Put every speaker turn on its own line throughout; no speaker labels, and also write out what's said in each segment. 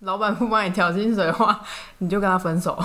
老板不帮你调薪水的话，你就跟他分手。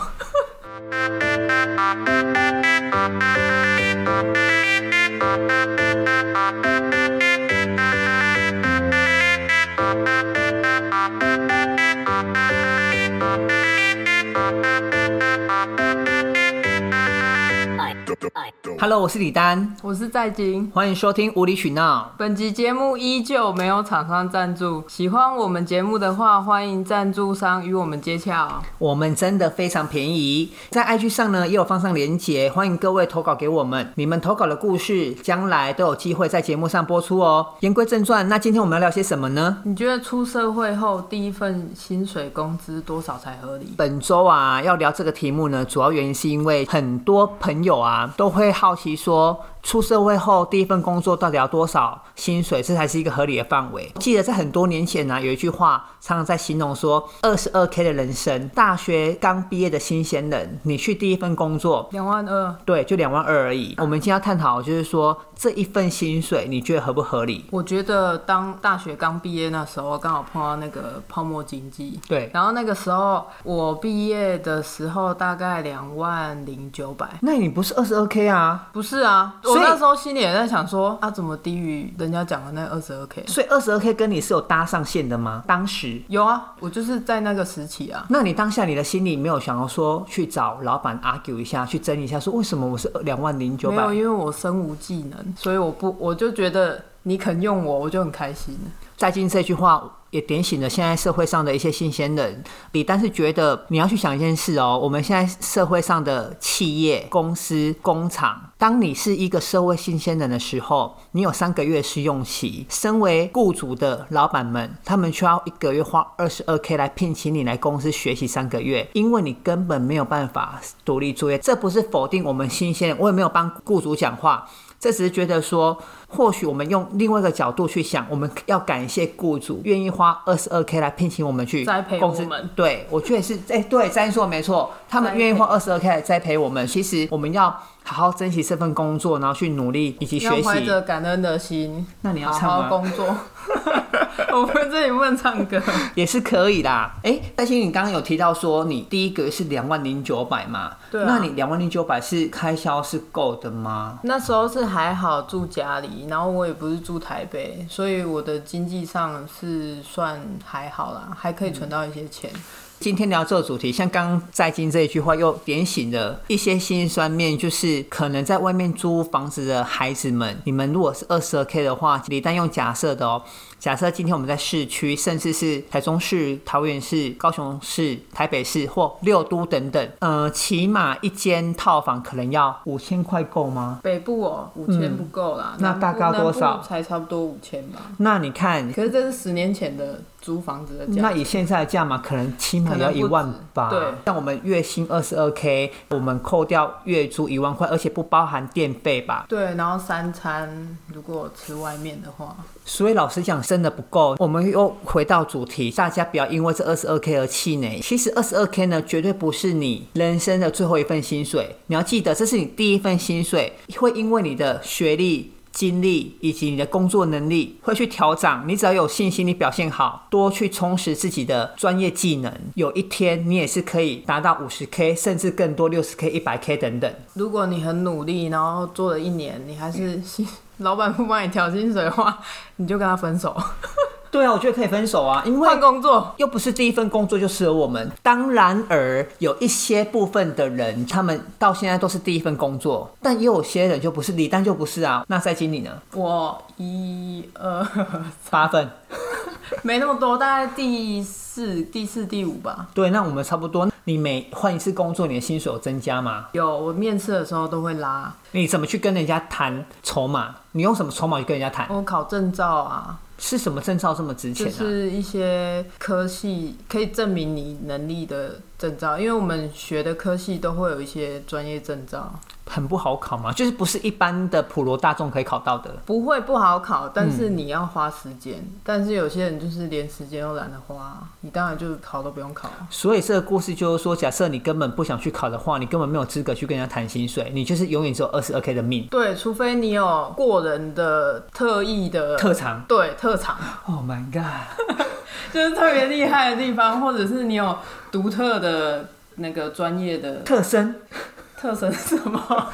Hello，我是李丹，
我是在金，
欢迎收听无理取闹。
本集节目依旧没有厂商赞助。喜欢我们节目的话，欢迎赞助商与我们接洽。哦
我们真的非常便宜，在 IG 上呢也有放上链接，欢迎各位投稿给我们。你们投稿的故事，将来都有机会在节目上播出哦。言归正传，那今天我们要聊些什么呢？
你觉得出社会后第一份薪水工资多少才合理？
本周啊，要聊这个题目呢，主要原因是因为很多朋友啊都会好奇说，出社会后第一份工作到底要多少薪水，这才是一个合理的范围。记得在很多年前呢、有一句话常常在形容说，二十二 k 的人生，大学刚毕业的新鲜人，你去第一份工作。
两万二，
对，就两万二而已。我们今天要探讨，就是说这一份薪水，你觉得合不合理？
我觉得当大学刚毕业那时候，刚好碰到那个泡沫经济。
对，
然后那个时候我毕业的时候大概两万零九百，
那你不是二十二 k 啊？
不是啊，我
所以
那时候心里也在想说，啊，怎么低于人家讲的那二十二 k？
所以二十二 k 跟你是有搭上线的吗？当时
有啊，我就是在那个时期啊，
那你当下你的心里没有想要说去找老板 argue 一下，去争一下，说为什么我是两万零九
没有，
百？
因为我身无技能，所以我不，我就觉得你肯用我，我就很开心。
再进这句话也点醒了现在社会上的一些新鲜人。李丹是觉得你要去想一件事哦，我们现在社会上的企业、公司、工厂，当你是一个社会新鲜人的时候，你有三个月试用期。身为雇主的老板们，他们需要一个月花二十二 k 来聘请你来公司学习三个月，因为你根本没有办法独立作业。这不是否定我们新鲜人，我也没有帮雇主讲话。这只是觉得说，或许我们用另外一个角度去想，我们要感谢雇主愿意花二十二 k 来聘请我们去
栽培
公司
我们
对，我觉得是，哎、对，詹说得没错，他们愿意花二十二 k 来栽培我们。其实我们要好好珍惜这份工作，然后去努力以及
要
学
怀
习。
着感恩的心，
那你要
好
唱吗
好工作。 我们这里不能唱歌，
也是可以啦，哎、但是你刚刚有提到说你第一个是两万零九百嘛，
对啊
那你两万零九百是开销是够的吗？
那时候是还好住家里，然后我也不是住台北，所以我的经济上是算还好啦，还可以存到一些钱。
今天聊这个主题，像刚刚在金这一句话又点醒了一些心酸面，就是可能在外面租房子的孩子们，你们如果是二十二 k 的话，李丹用假设的哦，假设今天我们在市区，甚至是台中市、桃园市、高雄市、台北市或六都等等，呃，起码一间套房可能要五千块够吗？
北部哦，五千不够啦，
嗯那
南部
大概多少
南部才差不多五千吧。
那你看，
可是这是十年前的租房子的价
那，以现在的价码，可能起码也要一万八。
可能不止对
像我们月薪二十二 k，我们扣掉月租一万块，而且不包含电费吧。
对，然后三餐如果吃外面的话，
所以老实讲，真的不够。我们又回到主题，大家不要因为这二十二 k 而气馁。其实二十二 k 呢，绝对不是你人生的最后一份薪水。你要记得，这是你第一份薪水，会因为你的学历。经历以及你的工作能力会去调整，你只要有信心，你表现好，多去充实自己的专业技能，有一天你也是可以达到五十 K 甚至更多六十 K、一百 K 等等。
如果你很努力，然后做了一年，你还是薪老板不帮你调薪水的话，你就跟他分 手，
对啊，我觉得可以分手啊，因为
换工作。
又不是第一份工作就适合我们。当然而有一些部分的人，他们到现在都是第一份工作，但也有些人就不是，李丹就不是啊。那在经理呢？
我一二
八份。
没那么多，大概第四、第四、第五吧。
对，那我们差不多。你每换一次工作，你的薪水有增加吗？
有我面试的时候都会拉，
你怎么去跟人家谈筹码？你用什么筹码去跟人家谈？
我考证照啊，
是什么证照这么值钱
就
啊？
是一些科系可以证明你能力的证照，因为我们学的科系都会有一些专业证照，
很不好考吗？就是不是一般的普罗大众可以考到的。
不会不好考，但是你要花时间。但是有些人就是连时间都懒得花，你当然就考都不用考。
所以这个故事就是说，假设你根本不想去考的话，你根本没有资格去跟人家谈薪水，你就是永远只有二十二 k 的命。
对，除非你有过人的特异的
特长
对特长，
Oh my god！
就是特别厉害的地方，或者是你有独特的那个专业的
特生，
特色是什么？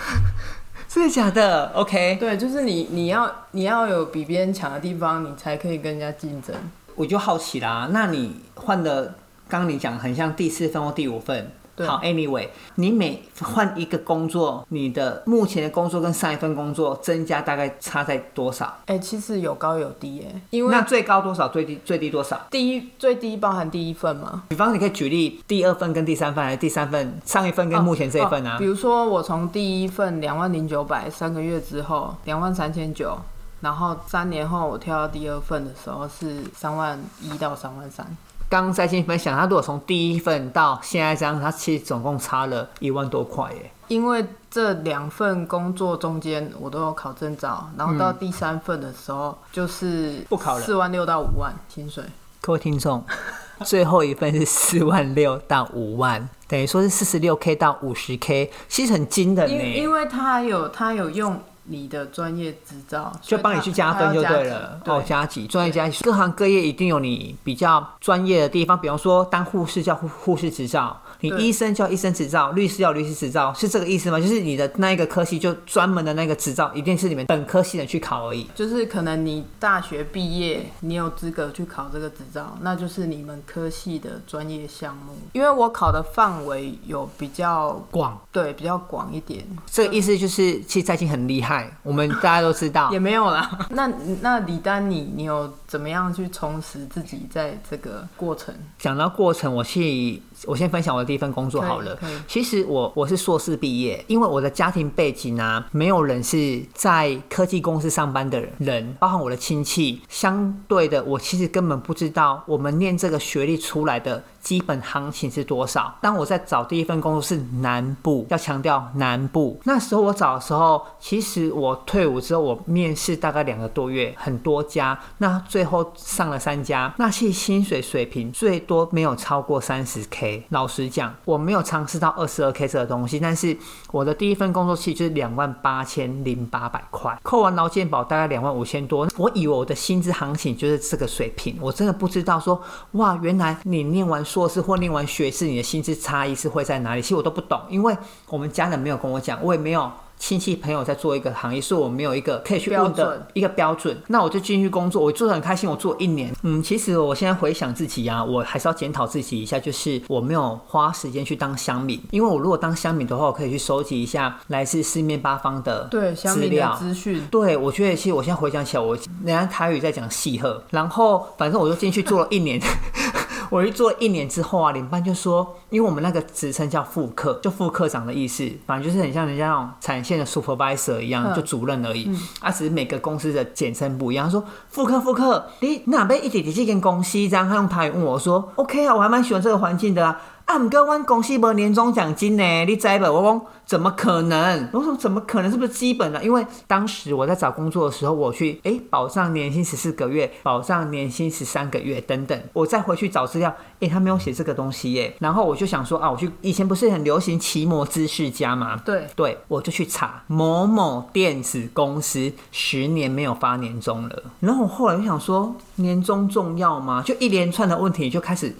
真的假的？OK，
对，就是你你要你要有比别人强的地方，你才可以跟人家竞争。
我就好奇啦，那你换的，刚刚你讲很像第四份或第五份。
对
好，Anyway，你每换一个工作，你的目前的工作跟上一份工作增加大概差在多少？
哎、其实有高有低哎、因为
那最高多少？最低最低多少？
第一最低包含第一份嘛，
比方你可以举例第二份跟第三份，还是第三份上一份跟目前这一份
哦
啊
比？如说我从第一份两万零九百三个月之后两万三千九，然后三年后我跳到第二份的时候是三万一到三万三，
刚刚在线分享，他如果从第一份到现在这样，他其实总共差了一万多块耶。
因为这两份工作中间我都有考证照，然后到第三份的时候就是
嗯不考了
四万六到五万薪水。
各位听众， 最后一份是四万六到五万，等于说是四十六 K 到五十 K，其实很惊人
因
呢。
因为他有他有用你的专业执照，
就帮你去加分
所
就
以他
对
他要加
了
级，
哦，加级，专业加级，各行各业一定有你比较专业的地方，比方说当护士叫护护士执照，你
对
医生叫医生执照，律师叫律师执照，是这个意思吗？就是你的那一个科系就专门的那个执照，一定是你们本科系的去考而已。
就是可能你大学毕业，你有资格去考这个执照，那就是你们科系的专业项目。因为我考的范围有比较
广，
对比较广一点，
这个意思就是，其实蔡琴很厉害，我们大家都知道
也。没有啦。 那那李丹你，你有怎么样去充实自己在这个过程？
讲到过程，我去，我先分享我的第一份工作好了
可以可以。
其实我我是硕士毕业，因为我的家庭背景啊，没有人是在科技公司上班的人，包含我的亲戚。相对的，我其实根本不知道我们念这个学历出来的基本行情是多少。当我在找第一份工作是南部，要强调南部。那时候我找的时候，其实我退伍之后，我面试大概两个多月，很多家，那最后上了三家。那其实薪水水平最多没有超过三十 K。老实讲，我没有尝试到二十二 K 这个东西，但是我的第一份工作其实就是两万八千零八百块，扣完劳健保大概两万五千多。我以为我的薪资行情就是这个水平，我真的不知道说，哇，原来你念完硕士或念完学士，你的薪资差异是会在哪里？其实我都不懂，因为我们家人没有跟我讲，我也没有。亲戚朋友在做一个行业，所以我没有一个可以去问
标准
的一个标准，那我就进去工作，我做的很开心，我做一年。嗯，其实我现在回想自己啊，我还是要检讨自己一下，就是我没有花时间去当乡民，因为我如果当乡民的话，我可以去收集一下来自四面八方的
对，相
资
比的
料。
资讯，
对，我觉得其实我现在回想起来，我人家台语在讲戏鹤，然后反正我就进去做了一年， 我去做了一年之后啊，领班就说，因为我们那个职称叫副课，就副科长的意思，反正就是很像人家那种产线的 supervisor 一样，
嗯
就主任而已，啊，只是每个公司的简称不一样。他说副科副科，你哪边一点点这间公司这样，他用台语问我说，OK 啊，我还蛮喜欢这个环境的啊。啊，唔过阮公司无年终奖金呢，你知不？我讲怎么可能？我说怎么可能？是不是基本的、因为当时我在找工作的时候，我去诶保障年薪十四个月，保障年薪十三个月等等，我再回去找资料，诶，他没有写这个东西耶。然后我就想说啊，我去以前不是很流行奇摩知识家嘛，
对，
对，我就去查某某电子公司十年没有发年终了。然后我后来就想说，年终重要吗？就一连串的问题就开始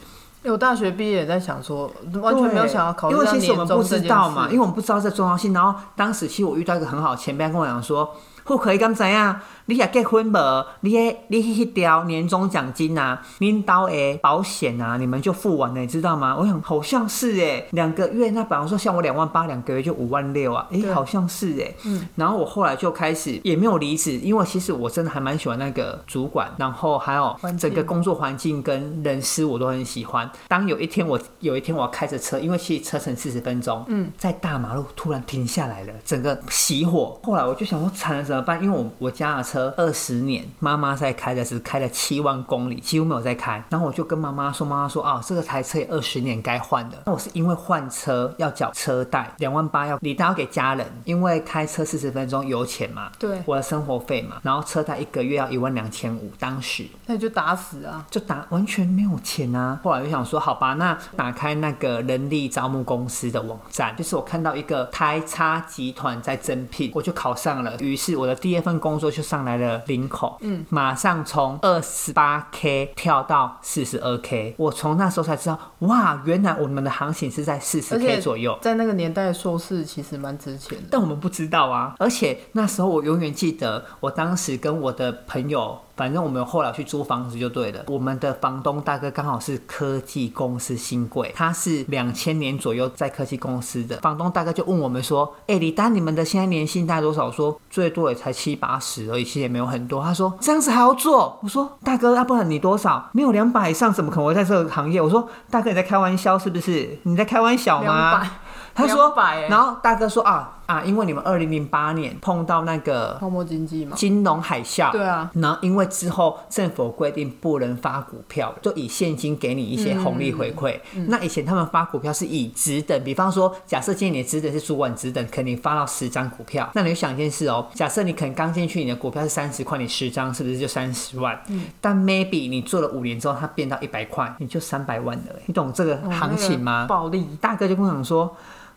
因为我大学毕业也在想说，完全
对
没有想要考虑
因为
到
其实我
年
们不
终这
知
件事
道嘛，因为我们不知道这重要性。然后当时其实我遇到一个很好的前辈他跟我讲说，户可以干怎样？你也结婚无？你也你去条年终奖金啊，领导诶保险啊，你们就付完了，你知道吗？我想好像是诶、两个月那比方说像我两万八，两个月就五万六啊，诶、
对
好像是诶、嗯，然后我后来就开始也没有离职，因为其实我真的还蛮喜欢那个主管，然后还有
环境
整个工作环境跟人事我都很喜欢。当有一天我有一天我要开着车，因为其实车程四十分钟，嗯，在大马路突然停下来了，整个熄火。后来我就想说惨了怎么办？因为我我家的车二十年，妈妈在开的是开了七万公里，几乎没有在开。然后我就跟妈妈说，妈妈说啊、这个台车也二十年该换了。那我是因为换车要缴车贷两万八要礼单要给家人，因为开车四十分钟油钱嘛，
对
我的生活费嘛，然后车贷一个月要一万两千五，当时。
那就打死啊！
就打完全没有钱啊。后来就想说，好吧，那打开那个人力招募公司的网站，就是我看到一个台差集团在征聘，我就考上了。于是我的第二份工作就上来了领口，
嗯，
马上从二十八 k 跳到四十二 k，我从那时候才知道，哇，原来我们的行情是在四十
而
k
且
左右。
在那个年代，硕士其实蛮值钱的。
但我们不知道啊。而且那时候我永远记得，我当时跟我的朋友，反正我们后来去租房子就对了。我们的房东大哥刚好是科技公司新贵，他是两千年左右在科技公司的。房东大哥就问我们说：“哎、李丹，你们的现在年薪大概多少？”我说最多也才七八十而已，其实也没有很多。他说：“这样子还要做？”我说：“大哥，啊要、不然你多少？没有两百以上，怎么可能会在这个行业？”我说：“大哥，你在开玩笑是不是？你在开玩笑吗
200？”
他说
200欸，
然后大哥说啊啊，因为你们二零零八年碰到那个
泡沫经济嘛，
金融海啸，
对啊，
然后因为之后政府规定不能发股票，就以现金给你一些红利回馈。
嗯
那以前他们发股票是以值等，比方说，假设今年你的值等是主管值等，可能你发到十张股票，那你就想一件事哦，假设你可能刚进去，你的股票是三十块，你十张是不是就三十万？
嗯
但 maybe 你做了五年之后，它变到一百块，你就三百万了欸，你懂这个
哦
行情吗？
那个暴利，
大哥就跟我讲说。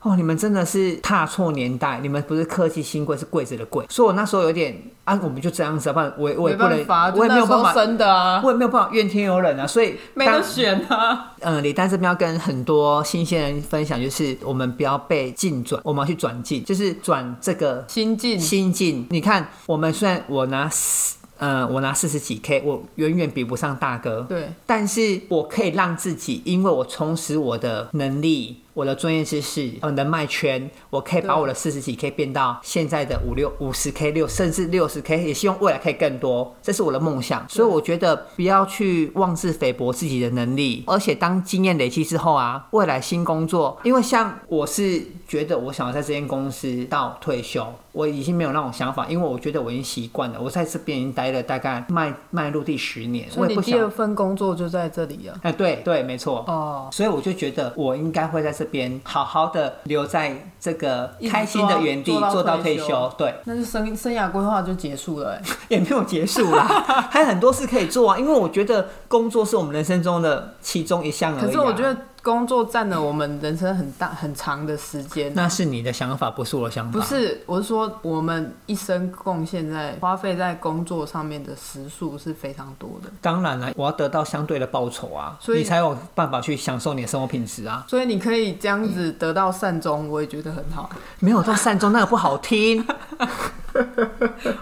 哦，你们真的是踏错年代，你们不是科技新贵，是柜子的柜。所以我那时候有点啊，我们就这样子啊，不然我也我也
没
不
办
能
法，，
我也没
就那
有办
时候
法，
生的啊，
我也没有办法怨天尤人啊。所以
没得
当
选啊。
嗯，李丹这边要跟很多新鲜人分享，就是我们不要被进转，我们要去转进，就是转这个
新进
心境。你看，我们虽然我拿四，呃，我拿四十几 K，我远远比不上大哥，
对，
但是我可以让自己，因为我充实我的能力。我的专业知识，我的脉圈，我可以把
对
我的四十几 K 变到现在的五六五十 K 六，甚至六十 K，也希望未来可以更多，这是我的梦想。所以我觉得不要去妄自菲薄自己的能力，而且当经验累积之后啊，未来新工作，因为像我是觉得我想要在这间公司到退休，我已经没有那种想法，因为我觉得我已经习惯了，我在这边已经待了大概迈迈入第十年，
所
我
以你
也不
第
想
二份工作就在这里啊。
哎，对对，没错。
哦，
所以我就觉得我应该会在这边好好的留在这个
一直
开心
做
的
到
原地，
做到
做到
退
退休
休。
对，
那就生生涯规划就结束了、欸。
也没有结束 啦，还有很多事可以做啊。因为我觉得工作是我们人生中的其中一项而已、啊。
可是我觉得工作占了我们人生很大很长的时间。
那是你的想法，不是我的想法。
不是，我是说我们一生贡献在花费在工作上面的时数是非常多的。
当然了，我要得到相对的报酬啊，
所以
你才有办法去享受你的生活品质啊。
所以你可以这样子得到善终，我也觉得很好。
没有到善终，那个不 好听。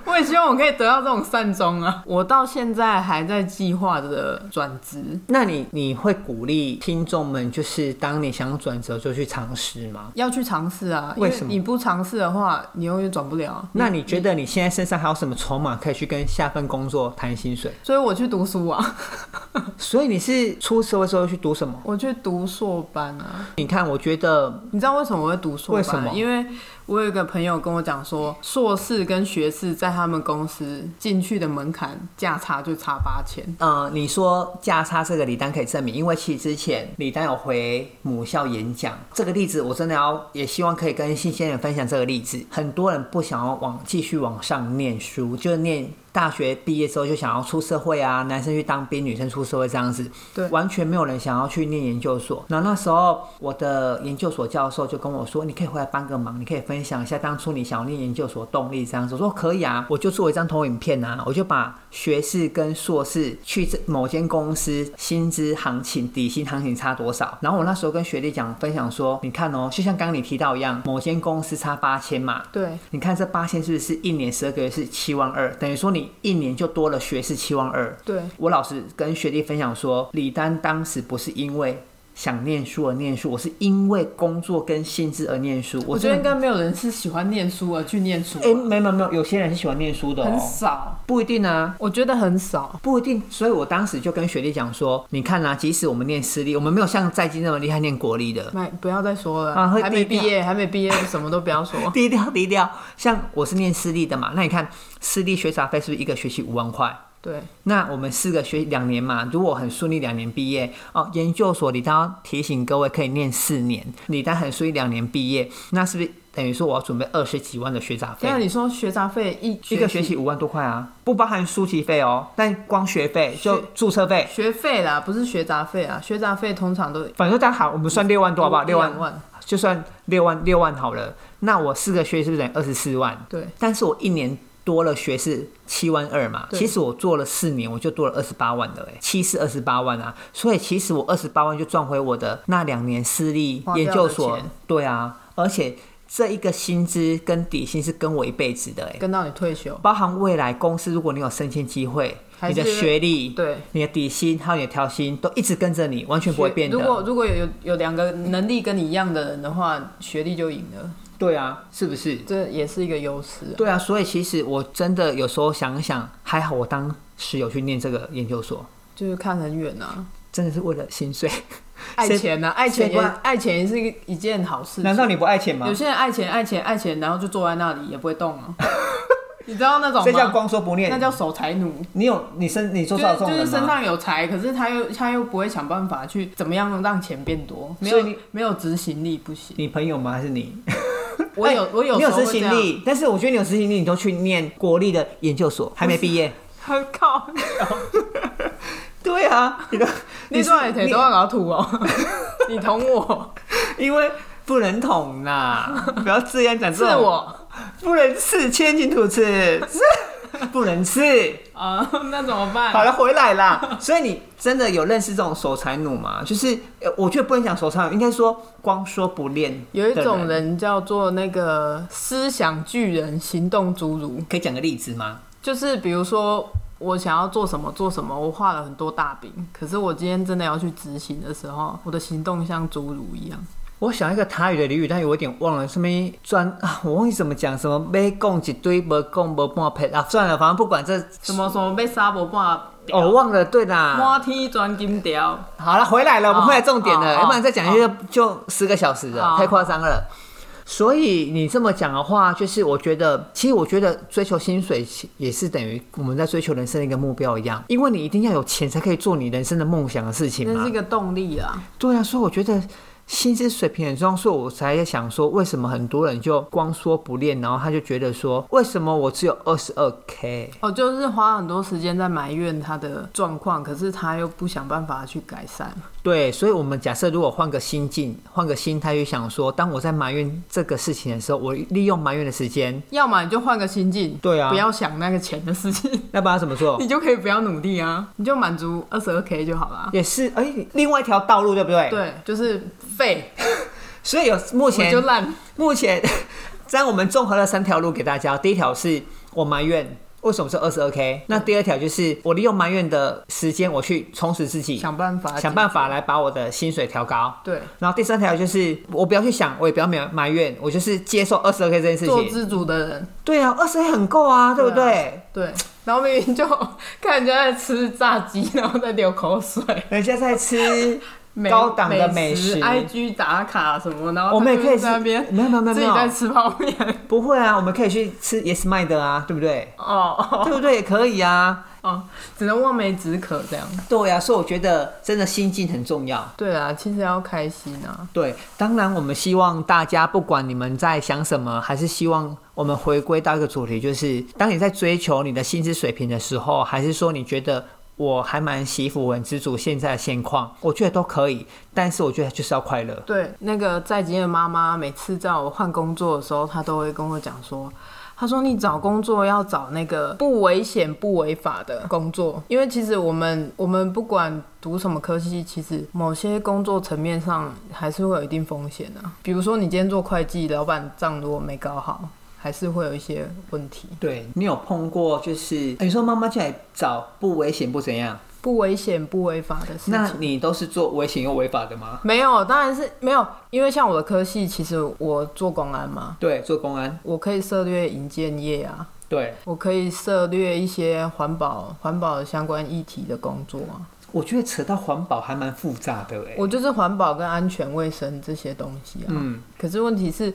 我也希望我可以得到这种善终啊！我到现在还在计划着转职，
那你你会鼓励听众们，就是当你想转折就去尝试吗？
要去尝试啊。因
为什么
你不尝试的话，你永远转不了啊。
那你觉得你现在身上还有什么筹码可以去跟下份工作谈薪水？
所以我去读书啊，
所以你是出社会之后去读什么？
我去读硕班啊。
你看，我觉得
你知道为什么我会读硕
为
班？啊
什么
因为我有一个朋友跟我讲说，硕士跟学士在他们公司进去的门槛价差就差八千。
呃，你说价差这个李丹可以证明，因为其实之前李丹有回母校演讲，这个例子我真的要也希望可以跟新鲜人分享这个例子。很多人不想要往继续往上念书，就是念大学毕业之后就想要出社会啊，男生去当兵，女生出社会这样子，
对
完全没有人想要去念研究所。那那时候我的研究所教授就跟我说，你可以回来帮个忙，你可以分享一下当初你想要念研究所动力这样子。我说可以啊，我就做一张投影片啊，我就把学士跟硕士去这某间公司薪资行情、底薪行情差多少。然后我那时候跟学弟讲分享说，你看哦，就像刚刚你提到一样，某间公司差八千嘛，
对，
你看这八千是不是一年十二个月是七万二？等于说你一年就多了学士七万二。
对，
我老师跟学弟分享说，李丹当时不是因为想念书而念书，我是因为工作跟薪资而念书。
我
我
觉得应
真的，
该没有人是喜欢念书而去念书吧、啊
哎、没有没有没有，有些人是喜欢念书的
很
哦，
少，
不一定啊。
我觉得很少。
不一定，所以我当时就跟学弟讲说，你看啊，即使我们念私立，我们没有像在基那么厉害念国立的，
那不要再说了，
啊会
还没
低
毕
调
业，还没毕业， 什么都不要说。
低调低调。像我是念私立的嘛，那你看私立学杂费是不是一个学期五万块？
对，
那我们四个学两年嘛，如果很顺利两年毕业哦，研究所李丹要提醒各位可以念四年，李丹很顺利两年毕业，那是不是等于说我要准备二十几万的学杂费
现？在你说学杂费一
一个学期五万多块啊，不包含书籍费哦，但光学费就注册费，
学费啦，不是学杂费啊，学杂费通常都
反正大家好，我们算六万多好啊不好？六万
两，万，
就算六万六万好了，那我四个学期是不是等于二十四万？
对，
但是我一年多了学士七万二嘛，
对
其实我做了四年，我就多了二十八万的哎、七是二十八万啊，所以其实我二十八万就赚回我的那两年私立
花掉的
研究所
钱，
对啊，而且这一个薪资跟底薪是跟我一辈子的哎、
跟到你退休，
包含未来公司如果你有升迁机会，
还
你的
是
学历、
对。
你的底薪还有你的调薪都一直跟着你，完全不会变的。
如果如果有有有两个能力跟你一样的人的话，学历就赢了，
对啊，是不是？
这也是一个优势啊。
对啊，所以其实我真的有时候想一想，还好我当时有去念这个研究所，
就是看很远啊，
真的是为了薪水。
爱钱呐、啊，爱钱
谁
也
不爱
爱钱也是一个一件好事情。
难道你不爱钱吗
有？些人爱钱爱钱爱钱，然后就坐在那里也不会动啊？你知道那种
这叫
吗？
光说
那
不念。
叫守财奴，
你有你身你
就
做
是
到这种
就是
人
身
吗？
上有财，可是他又他又不会想办法去怎么样让钱变多，没
所以
有
你
没有执行力不行。
你朋友吗？还是你？
我有我有
你
时
哎有
候会
执行
这样，
力，但是我觉得你有执行力，你都去念国立的研究所，还没毕业。
他 靠，
对 啊，你都
你
说
说你腿都要搞土哦，你捅我，
因为不能捅 啦，不要这样讲这
是
种，
我
不能刺，千金吐刺， 是不能刺。
啊， 那怎么
好
办？
了，回来啦。所以你真的有认识这种守财奴吗？就是，呃我觉得不能讲守财奴，应该说光说不练。
有一种，人叫做那个思想巨人，行动侏儒。
可以讲个例子吗？
就是比如说，我想要做什么做什么，我画了很多大饼，可是我今天真的要去执行的时候，我的行动像侏儒一样。
我想一个台语的俚语，但有一点忘了，什么专 啊，我忘记怎么讲，什么没供一堆，没供没半配啊，算了，反正不管这，
什么什么被沙伯霸
哦，我忘了，对啦。
摸天钻金条，
好了，回来了，我们回来重点了，
哦哦
要不然再讲就就十个小时了，
哦
太夸张了。所以你这么讲的话，就是我觉得，其实我觉得追求薪水也是等于我们在追求人生的一个目标一样，因为你一定要有钱才可以做你人生的梦想的事情
那
嘛
是一。个动力啊。
对啊，所以我觉得薪资水平很重要，所以我才想说，为什么很多人就光说不练，然后他就觉得说，为什么我只有二十二 k？
哦，就是花很多时间在埋怨他的状况，可是他又不想办法去改善。
对，所以，我们假设如果换个心境，换个心态去想说，当我在埋怨这个事情的时候，我利用埋怨的时间，
要么你就换个心境，
对啊
不要想那个钱的事 情，
那不然怎么做？
你就可以不要努力啊，你就满足二十二 k 就好啦。
也是，哎、另外一条道路，对不对？。
对，就是废，
所以有目
我就
前
烂。
目 前，这样我们综合了三条路给大家。第一条是我埋怨。为什么是二十二 k？那第二条就是我利用埋怨的时间，我去充实自己，
想办法，
想办法来把我的薪水调高。
对，
然后第三条就是我不要去想，我也不要埋埋怨，我就是接受二十二 k 这件事
做
情。
自主的人，
对啊，二十 k 很够啊，对不对？
对对。然后明明就 看人家在吃炸鸡，然后在流口水，
人家在吃，
美
高档的美
美
食
，IG 打卡什么，然后
我们也
他
可以
就
吃
在那边
没有没有没有
自
没
己在
有，
吃泡面。
不会啊，我们可以去吃 Yes 麦的啊，对不对？
哦
对不对？也可以啊，
哦，只能望梅止渴这样。
对啊，所以我觉得真的心境很重要。
对啊，其实要开心啊。
对，当然我们希望大家，不管你们在想什么，还是希望我们回归到一个主题，就是当你在追求你的薪资水平的时候，还是说你觉得我还蛮惜福、很知足现在的现况，我觉得都可以，但是我觉得就是要快乐。
对，那个在籍的妈妈，每次在我换工作的时候，她都会跟我讲说。她说：“你找工作要找那个不危险、不违法的工作，因为其实我们我们不管读什么科系，其实某些工作层面上还是会有一定风险的、啊。比如说你今天做会计，老板账如果没搞好，还是会有一些问题。
对你有碰过就是，哎你说妈妈进来找不危险不怎样，
不危险、不违法的事情，
那你都是做危险又违法的吗？
没有，当然是没有，因为像我的科系，其实我做公安嘛，
对，做公安，
我可以涉猎营建业啊，
对，
我可以涉略一些环保、环保相关议题的工作啊。
我觉得扯到环保还蛮复杂的哎、
我就是环保跟安全卫生这些东西啊。
嗯，
可是问题是，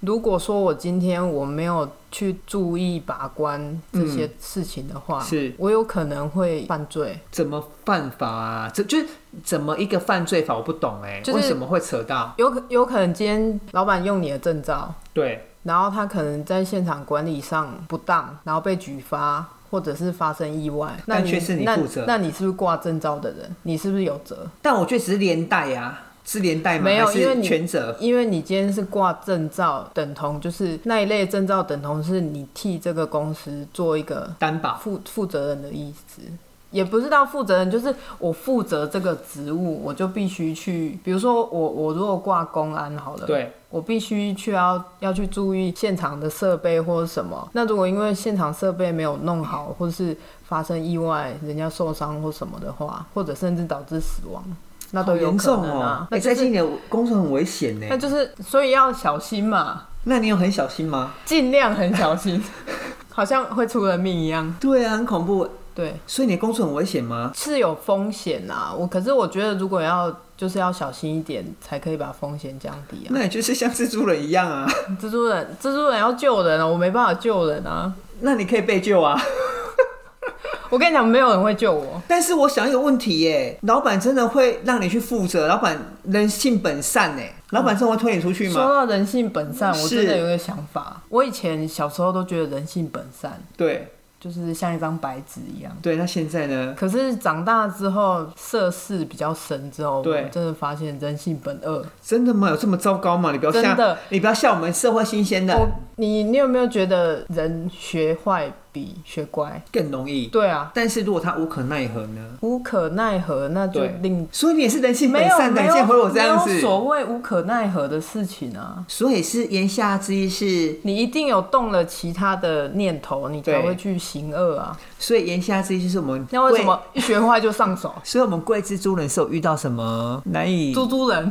如果说我今天我没有去注意把关这些事情的话，
嗯是
我有可能会犯罪。
怎么犯法啊？这就是怎么一个犯罪法，我不懂哎、
就是
为什么会扯到？
有可有可能今天老板用你的证照，
对，
然后他可能在现场管理上不当，然后被举发，或者是发生意外，那
但却是你负责
那。那你是不是挂证照的人？你是不是有责？
但我觉得只是连带啊，是连带吗？
没有，
还是
因为你
全责。
因为你今天是挂证照，等同就是那一类证照，等同是你替这个公司做一个
担保
负负责人的意思，也不是到负责人，就是我负责这个职务，我就必须去，比如说我我如果挂公安好了，
对，
我必须去要要去注意现场的设备或者什么。那如果因为现场设备没有弄好，或是发生意外，人家受伤或什么的话，或者甚至导致死亡，那都
好
有
严
可
重
能啊。
哦！
那
哎，
就
在
是
今年工作很危险呢
那。就是，所以要小心嘛，
那你有很小心吗？
尽量很小心， 好像会出人命一样。
对啊，很恐怖。
对，
所以你的工作很危险吗？
是有风险啊。我可是我觉得，如果要就是要小心一点，才可以把风险降低啊。
那你就是像蜘蛛人一样啊。
蜘蛛人，蜘蛛人要救人啊，我没办法救人啊。
那你可以被救啊。
我跟你讲，没有人会救我。
但是我想一个问题耶，老板真的会让你去负责？老板人性本善呢？老板真的会推你出去
嗯说
吗？
到人性本善，我
是
真的有一个想法。我以前小时候都觉得人性本善，
对
就是像一张白纸一样。
对，那现在呢？
可是长大之后，涉世比较深之后，我
对
真的发现人性本恶。
真的吗？有这么糟糕吗？你不要
真
吓
的，哦
你不要吓我们社会新鲜的
我，你你有没有觉得人学坏比学乖？
更容易。
对啊，
但是如果他无可奈何呢？
无可奈何，那就
对
另
所以你也是人性
没
本
有
善的，
没
你现在
有
回我这样
没有
子，
所谓无可奈何的事情啊。
所以是言下之意是，
你一定有动了其他的念头，你才
对
会去行恶啊。
所以言下之意就是我们
那为什
贵？
么一学坏就上手？
所以我们贵蜘蛛人是有遇到什么难以？
猪猪 人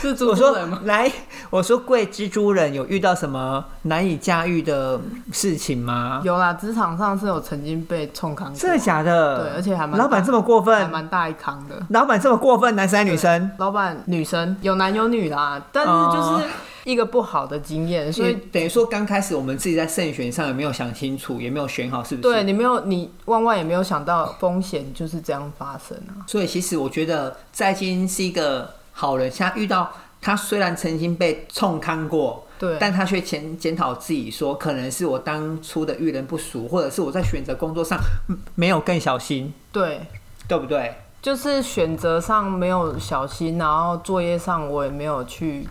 是猪
我
猪
说
人吗？
来，我说贵蜘蛛人有遇到什么难以驾驭的事情吗？
有啦，职场上是有曾经被冲康过，
真的假的？
对而且还蛮
老板这么过
还
分，
蛮大一康的。
老板这么过分，男生还是女生？哦
老板女生有男有女啦，但是就是一个不好的经验，所
所以
以
等于说，刚开始我们自己在慎选上也没有想清楚，也没有选好，是不是？
对你没有你万万也没有想到风险就是这样发生啊。
所以其实我觉得在金是一个好人，现在遇到他虽然曾经被冲康过，
对
但他却检检讨自己说，可能是我当初的遇人不淑，或者是我在选择工作上嗯没有更小心，
对，
对不对？
就是选择上没有小心，然后作业上我也没有去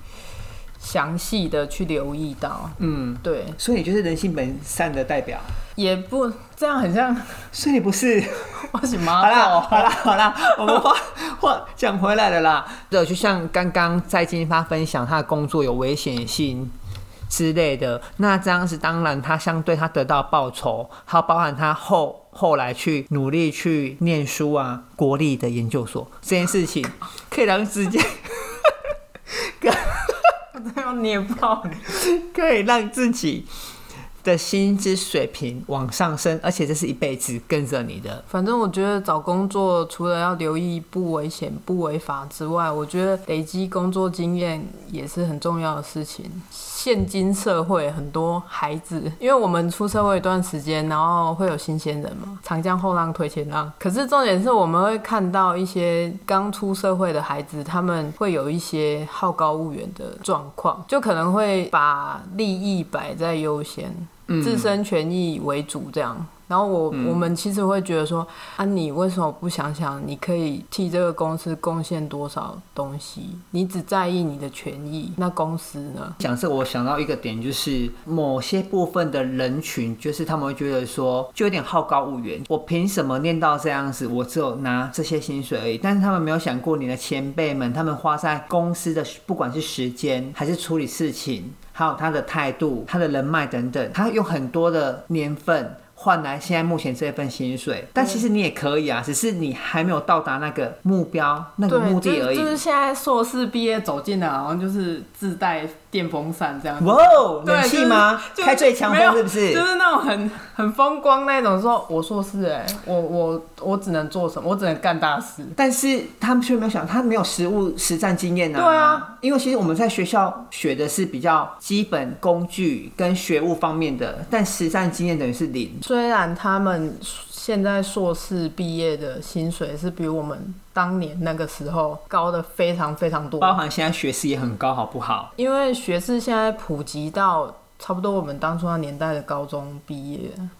详细的去留意到。
嗯，
对，
所以你就是人性本善的代表，
也不这样，很像
所以你不是。
我啊什
好
么？
啦，好啦，好啦，我们 话话讲回来了啦。对，就像刚刚在金发分享，他的工作有危险性之类的，那这样子当然他相对他得到报酬，还有包含他后后来去努力去念书啊，国立的研究所这件事 情，可以让直 接
这样捏爆你！
可以让自己的薪资水平往上升，而且这是一辈子跟着你的。
反正我觉得找工作除了要留意不危险、不违法之外，我觉得累积工作经验也是很重要的事情。现今社会很多孩子，因为我们出社会一段时间，然后会有新鲜人嘛，长江后浪推前浪。可是重点是我们会看到一些刚出社会的孩子，他们会有一些好高骛远的状况，就可能会把利益摆在优先，
嗯
自身权益为主这样。然后我、我们其实会觉得说，啊，你为什么不想想你可以替这个公司贡献多少东西？你只在意你的权益，那公司呢？
讲这，我想到一个点，就是某些部分的人群，就是他们会觉得说，就有点好高骛远。我凭什么念到这样子？我只有拿这些薪水而已。但是他们没有想过，你的前辈们，他们花在公司的不管是时间，还是处理事情，还有他的态度、他的人脉等等，他用很多的年份。换来现在目前这份薪水，但其实你也可以啊，只是你还没有到达那个目标、那个
对，
目
就
的而
是
已
就。是现在硕士毕业走进来，好像就是自带电风扇这样。
哇哦，
对
冷气吗？
就是
开最强
没有
风是不是？
就是那种很很风光那种说，我硕士哎、我我我只能做什么？我只能干大事。
但是他们却没有想，他没有实务实战经验啊。
对啊，
因为其实我们在学校学的是比较基本工具跟学务方面的，但实战经验等于是零。
虽然他们现在硕士毕业的薪水是比我们当年那个时候高的
哦
非常非常多，
包含现在学识也很高，好不好？
因为学士现在普及到差不多我们当初那年代的高中毕业。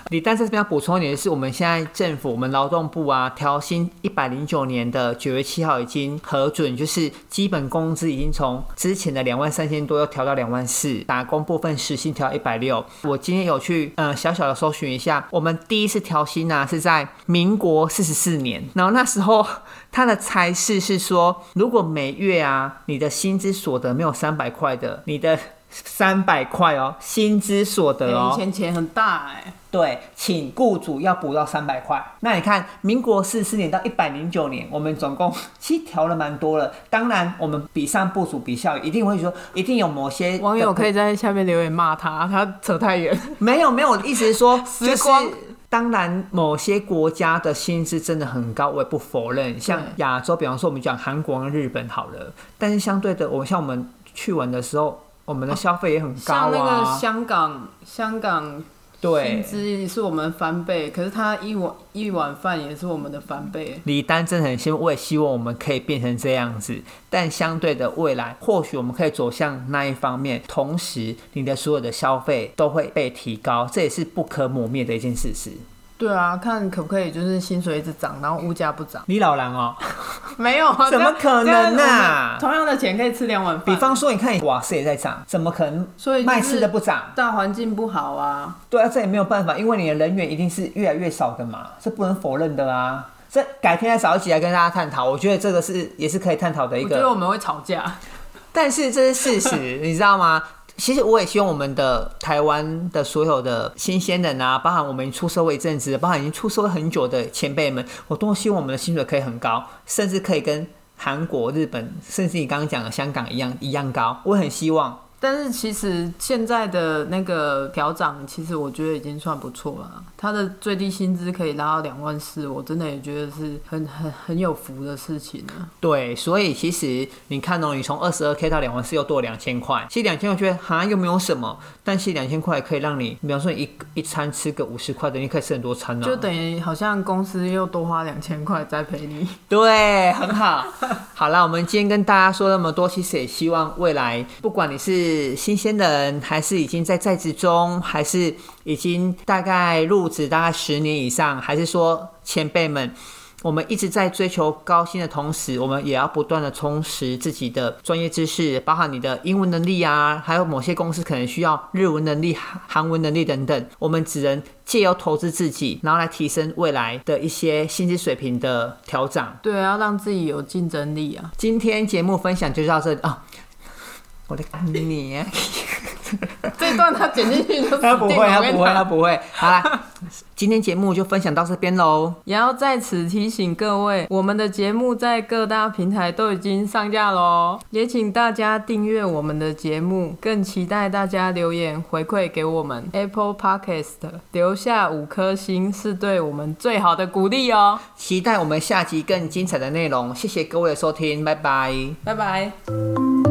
李诞在这边要补充一点的是，我们现在政府，我们劳动部啊，调薪一百零九年的九月七号已经核准，就是基本工资已经从之前的两万三千多又调到两万四，打工部分时薪调一百六。我今天有去呃小小的搜寻一下，我们第一次调薪呢、啊、是在民国四十四年，然后那时候他的差事是说，如果每月啊你的薪资所得没有三百块的，你的三百块哦，薪资所得
哎
哦，
以前钱很大哎、
对，请雇主要补到三百块。那你看，民国四四年到一百零九年，我们总共其实调了蛮多了。当然，我们比上不足，比下有余一定会说，一定有某些
网友
的
可以在下面留言骂他，他扯太远。
没有没有，我的意思是说，
时
就是
光
当然某些国家的薪资真的很高，我也不否认。像
对
亚洲，比方说我们讲韩国跟日本好了，但是相对的，我像我们去玩的时候，我们的消费也很高啊。
哦像那个香港，香港薪
对，
资是我们翻倍，可是他一碗一碗饭也是我们的翻倍。
李丹真的很羡慕，我也希望我们可以变成这样子。但相对的，未来或许我们可以走向那一方面，同时你的所有的消费都会被提高，这也是不可磨灭的一件事实。
对啊，看可不可以就是薪水一直涨，然后物价不涨。
李老狼哦，
没有啊，
怎么可
这样
能啊
这样我们同样的钱可以吃两碗饭，
比方说，你看瓦斯也在涨，怎么可能
所以就是
卖吃的不涨？
大环境不好啊，
对啊，这也没有办法，因为你的人员一定是越来越少的嘛，这不能否认的啊。这改天再找一起来跟大家探讨，我觉得这个是也是可以探讨的一
我
个。
觉得我们会吵架。
但是这是事实，你知道吗？其实我也希望我们的台湾的所有的新鲜人啊，包含我们出社会一阵子，包含已经出社会很久的前辈们，我都希望我们的薪水可以很高，甚至可以跟韩国、日本，甚至你刚刚讲的香港一样一样高。我很希望，
但是其实现在的那个调涨，其实我觉得已经算不错了。他的最低薪资可以拉到两万四，我真的也觉得是很很很有福的事情啊。
对，所以其实你看哦，你从二十二 k 到两万四又多两千块，其实两千块觉得哈又没有什么，但其实两千块可以让你，比方说你一一餐吃个五十块的，你可以吃很多餐呢、哦
就等于好像公司又多花两千块栽培 你。
对，很好。 好啦，我们今天跟大家说那么多，其实也希望未来，不管你是新鲜人，还是已经在在职中，还是已经大概入职大概十年以上，还是说前辈们。我们一直在追求高薪的同时，我们也要不断的充实自己的专业知识，包含你的英文能力啊，还有某些公司可能需要日文能力、韩韩文能力等等。我们只能借由投资自己，然后来提升未来的一些薪资水平的调整。
对啊，要让自己有竞争力啊。
今天节目分享就到这里啊、我的你啊，
这段他剪进去就死定
他
了
不会，他不会，
我跟你讲
他。不会。好啦，今天节目就分享到这边喽。
也要在此提醒各位，我们的节目在各大平台都已经上架喽，也请大家订阅我们的节目，更期待大家留言回馈给我们。Apple Podcast 留下五颗星是对我们最好的鼓励哦，
期待我们下集更精彩的内容。谢谢各位的收听，拜拜。
拜拜。